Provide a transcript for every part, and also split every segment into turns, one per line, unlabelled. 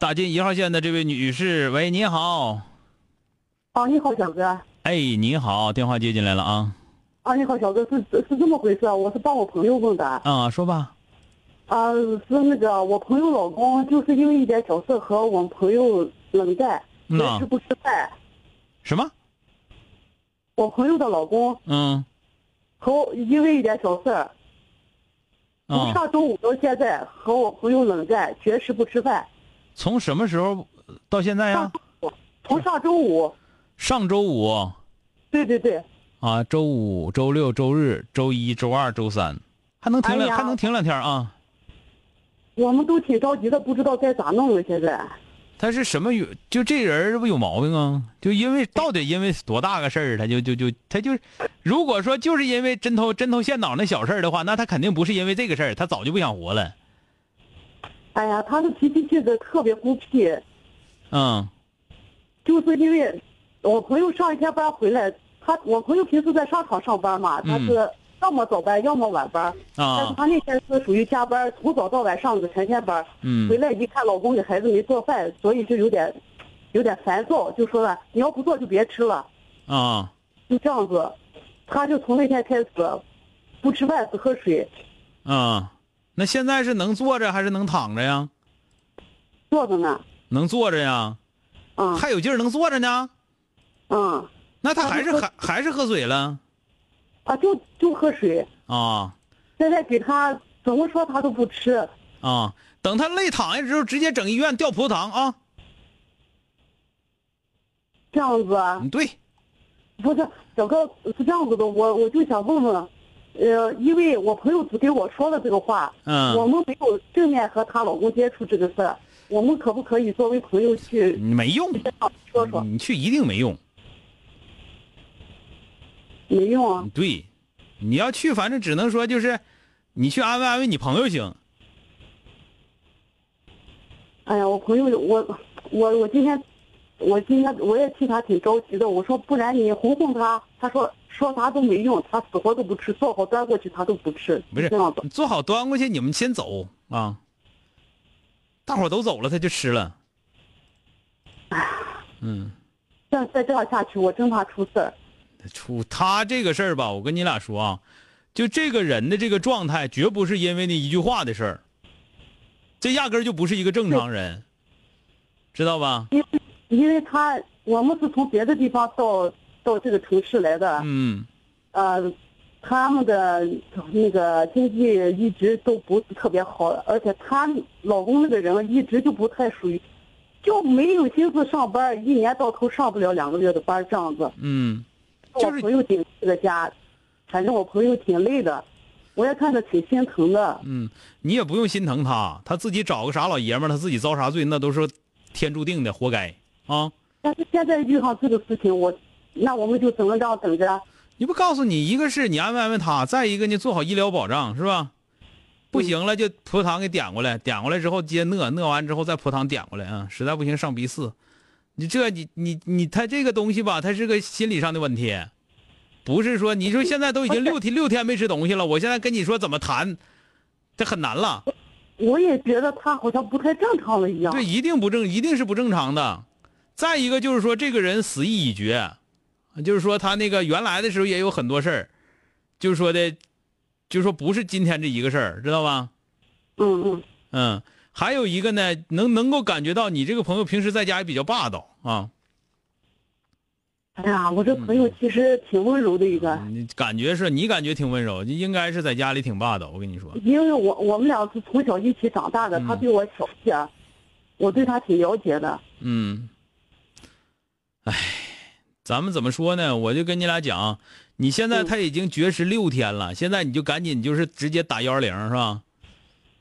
打进一号线的这位女士，喂，你好，
啊，你好，小哥。
哎，你好，电话接进来了啊，
啊，你好，小哥，是是这么回事啊，我是帮我朋友问的。
啊，说吧，
啊，是那个我朋友老公就是因为一点小事和我们朋友冷战，
嗯
也
呐
吃不吃饭。
什么？
我朋友的老公
嗯，
和我因为一点小事，从
啊，
上周五到现在和我朋友冷战，绝食不吃饭。
从什么时候到现在呀、啊
上周五，从上周五，
上周五哦
对对对，
啊，周五、周六、周日、周一周二、周三，还能停两、
哎呀
还能停两天啊？
我们都挺着急的，不知道该咋弄了。现在
他是什么原？就这人不有毛病啊？就因为到底因为多大个事儿，他就就就他就，如果说就是因为针头针头线脑那小事儿的话，那他肯定不是因为这个事儿，他早就不想活了。
哎呀，他的脾气性格特别孤僻，
嗯
就是因为我朋友上一天班回来，他我朋友平时在商场上班嘛，他是要么早班，要么晚班，但是
嗯啊
他那天是属于加班，从早到晚上了个全天班。回
嗯
来一看，老公给孩子没做饭，所以就有点有点烦躁，就说了你要不做就别吃了，
啊
就这样子。他就从那天开始，不吃饭只喝水，
啊，那现在是能坐着还是能躺着呀？
坐着呢。
能坐着呀，
嗯
还有劲儿能坐着呢？
嗯
那他还是还还是喝水了
啊，就就喝水。
啊。
现在给他怎么说他都不吃。
啊，等他累躺下之后，直接整医院吊葡萄糖啊！
这样子啊，
嗯对，
不是，小哥是这样子的，我我就想问问，呃，因为我朋友只给我说了这个话，我
嗯，
们没有正面和她老公接触这个事儿，我们可不可以作为朋友去
你没用，
说说？
你去一定没用。
没用啊，
对，你要去，反正只能说就是，你去安慰安慰你朋友行。
哎呀，我朋友，我我我今天，我今天我也替他挺着急的，我说不然你哄哄他，他说说啥都没用，他死活都不吃，做好端过去他都不吃，
不是
这样子
你。做好端过去，你们先走啊。大伙儿都走了，他就吃了。嗯，
但再这样下去，我真怕出事儿。
出他这个事儿吧，我跟你俩说啊，就这个人的这个状态，绝不是因为那一句话的事儿，这压根儿就不是一个正常人，知道吧？
因为因为他我们是从别的地方到到这个城市来的，
嗯
呃，他们的那个经济一直都不是特别好，而且她老公那个人一直就不太属于，就没有心思上班，一年到头上不了两个月的班这样子。
嗯，
我
就是
朋友顶这个家，反正我朋友挺累的，我也看着挺心疼的。
嗯，你也不用心疼他，他自己找个啥老爷们儿，他自己遭啥罪，那都是天注定的，活该啊！
但是现在遇上这个事情，我那我们就只能这样等着。
你不告诉你，一个是你安慰安慰他，再一个你做好医疗保障，是吧？不行了就葡萄糖给点过来，点过来之后接讷，讷完之后再葡萄糖点过来啊，实在不行上鼻饲。你这你你你他这个东西吧，他是个心理上的问题，不是说你说现在都已经六天六天没吃东西了，我现在跟你说怎么谈，这很难了。
我也觉得他好像不太正常了一样。
对，一定不正，一定是不正常的。再一个就是说，这个人死意已决，就是说他那个原来的时候也有很多事儿，就是说的，就是说不是今天这一个事儿，知道吧？
嗯嗯，
嗯，还有一个呢，能能够感觉到你这个朋友平时在家也比较霸道啊，
哎呀，我这朋
嗯
友其实挺温柔的一个，
你感觉是你感觉挺温柔，应该是在家里挺霸道。我跟你说，
因为我我们俩是从小一起长大的，
嗯
他对我小一点儿，我对他挺了解的。
嗯，哎，咱们怎么说呢？我就跟你俩讲，你现在
嗯
他已经绝食六天了，现在你就赶紧就是直接打幺二零是吧？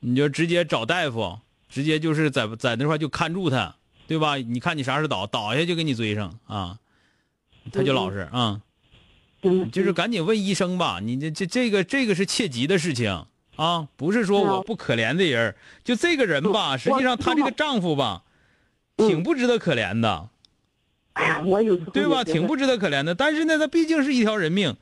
你就直接找大夫，直接就是在在那块就看住他，对吧？你看你啥时候倒倒下就给你追上啊，他就老实啊。
嗯，
就是赶紧问医生吧，你这这这个这个是切急的事情啊，不是说
嗯
我不可怜的人儿，就这个人吧，
嗯
实际上她这个丈夫吧，
嗯
挺不值得可怜的，
哎呀，我有时候
对吧？
也 觉
挺
得
不值得可怜的。但是呢，他毕竟是一条人命，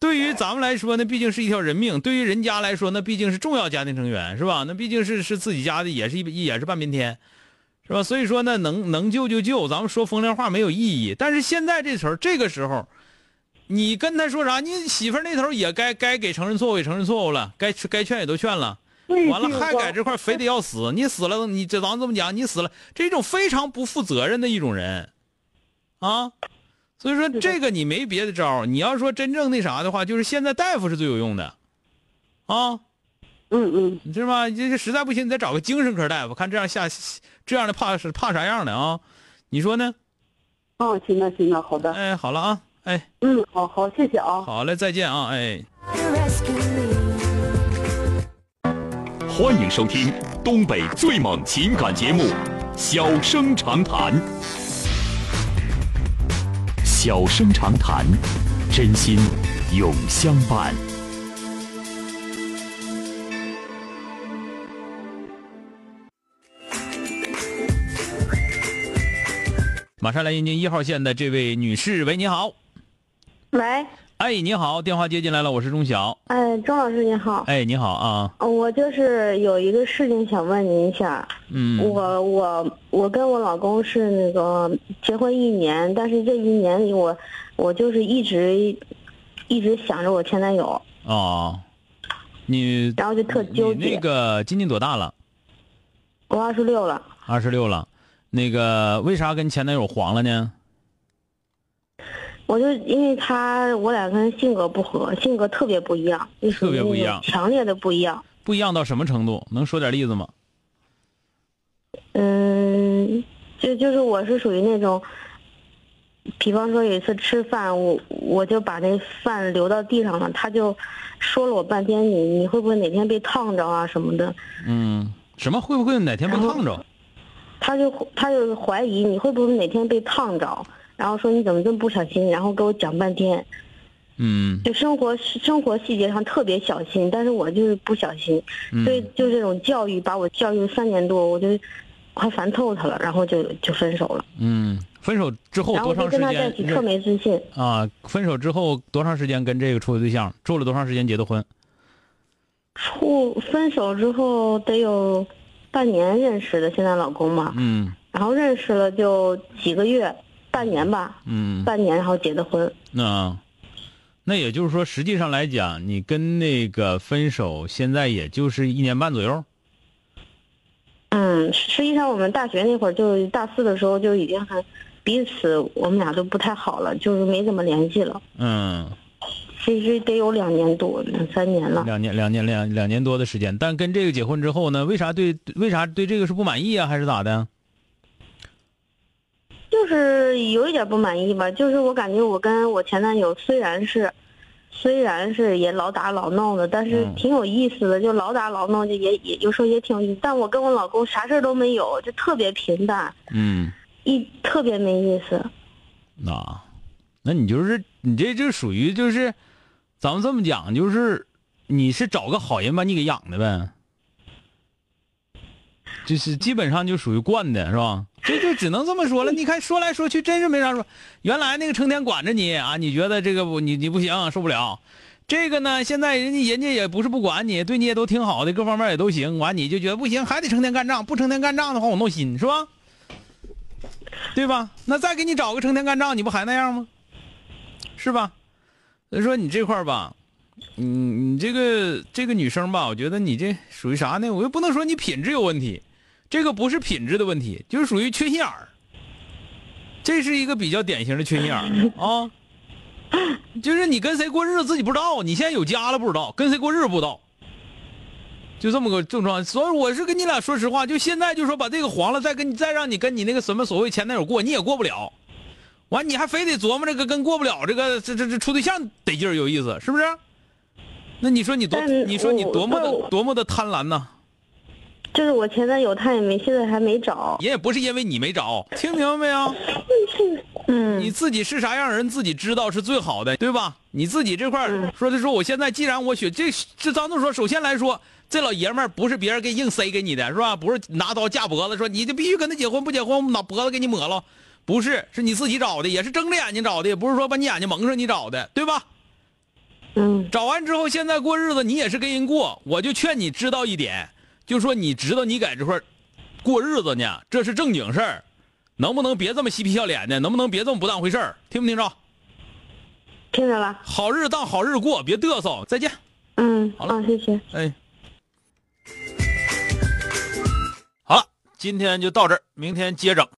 对于咱们来说，那毕竟是一条人命；对于人家来说，那毕竟是重要家庭成员，是吧？那毕竟是是自己家的，也是一也是半边天。是吧？所以说呢，能能救就救，咱们说风凉话没有意义。但是现在这时候，这个时候，你跟他说啥？你媳妇儿那头也该该给承认错误，也承认错误了，该该劝也都劝了，
对
完
对
了还
我
在这块儿非得要死，你死了，你这咱们这么讲，你死了，这种非常不负责任的一种人，啊，所以说
的
这个你没别的招儿你要说真正那啥的话，就是现在大夫是最有用的，啊，
嗯嗯，
你知道吗？这这实在不行，你再找个精神科大夫，看这样下这样的怕是怕啥样的啊？你说呢？
啊，行了行了，好的，
哎，好了啊，哎，
嗯，好好，谢谢啊。
好嘞，再见啊，哎。
欢迎收听东北最猛情感节目《小生长谈》。小生长谈，真心永相伴。
马上来迎接一号线的这位女士，喂，你好，
喂，
哎，你好，电话接进来了，我是钟晓，
哎，钟老师您好，
哎，你好啊，
呃我就是有一个事情想问您一下，
嗯，
我我我跟我老公是那个结婚一年，但是这一年里我我就是一直一直想着我前男友，
哦，你
然后就特
你
纠结。
那个今年多大了？
我二十六了，
二十六了，那个为啥跟前男友黄了呢？
我就因为他我俩跟性格不合，性格特别不一样，就属于
特别不一
那种
样
强烈的不一样。
不一样到什么程度？能说点例子吗？
嗯，就就是我是属于那种，比方说有一次吃饭，我我就把那饭留到地上了，他就说了我半天，你你会不会哪天被烫着啊什么的？
嗯，什么会不会哪天被烫着？
他就他就怀疑你会不会哪天被烫着，然后说你怎么这么不小心，然后给我讲半天，
嗯，
就生活生活细节上特别小心，但是我就是不小心，
嗯
所以就这种教育把我教育三年多，我就快烦透他了，然后就就分手了。
嗯，分手之后
然后
多长
我就
时
跟他在一
间
起特没自信，
啊？分手之后多长时间跟这个处的对象处了多长时间结的婚？
处分手之后得有半年认识的现在老公嘛，
嗯
然后认识了就几个月，半年吧，
嗯，
半年然后结的婚。
那那也就是说，实际上来讲，你跟那个分手现在也就是一年半左右。
嗯，实际上我们大学那会儿就大四的时候就已经很彼此，我们俩都不太好了，就是没怎么联系了。
嗯，
其实得有两年多，两三年了。
两年两年两两年多的时间，但跟这个结婚之后呢，为啥对为啥对这个是不满意啊，还是咋的？
就是有一点不满意吧，就是我感觉我跟我前男友虽然是，虽然是也老打老闹的，但是
嗯
挺有意思的，就老打老闹，就也也有时候也挺有意思。但我跟我老公啥事儿都没有，就特别平淡，
嗯，
一特别没意思。
啊，那你就是你这就属于就是，咱们这么讲就是，你是找个好人把你给养的呗，就是基本上就属于惯的是吧？这就只能这么说了。你看说来说去真是没啥说，原来那个成天管着你啊，你觉得这个不你你不行受不了。这个呢，现在人家人家也不是不管你，对你也都挺好的，各方面也都行。完你就觉得不行，还得成天干仗，不成天干仗的话，我闹心是吧？ 对吧？那再给你找个成天干仗，你不还那样吗？是吧？所以说你这块儿吧，嗯，你这个这个女生吧，我觉得你这属于啥呢？我又不能说你品质有问题，这个不是品质的问题，就是属于缺心眼儿。这是一个比较典型的缺心 眼儿啊，就是你跟谁过日子自己不知道，你现在有家了不知道，跟谁过日子不知道，就这么个症状。所以我是跟你俩说实话，就现在就说把这个黄了，再跟你再让你跟你那个什么所谓前男友过，你也过不了。完，你还非得琢磨这个跟过不了这个这这这处对象得劲儿有意思，是不是？那你说你多，
但
你说你
我
多么
但我
的多么的贪婪呐！
就是我前男友他也没，现在还没找。
人也不是因为你没找，听明白没有？
嗯
你自己是啥样人自己知道是最好的，对吧？你自己这块儿说的说，我现在既然我选这这张栋说，首先来说，这老爷们儿不是别人给硬塞给你的，是吧？不是拿刀架脖子说你就必须跟他结婚，不结婚我拿脖子给你抹了，不是，是你自己找的，也是睁着眼睛找的，也不是说把你眼睛蒙上你找的，对吧？
嗯，
找完之后，现在过日子你也是跟人过，我就劝你知道一点，就说你知道你在这块儿过日子呢，这是正经事儿，能不能别这么嬉皮笑脸的？能不能别这么不当回事儿？听不听着？
听着了。
好日子当好日子过，别嘚瑟。再见。
嗯，
好了
啊，谢谢。
哎，好了，今天就到这儿，明天接着。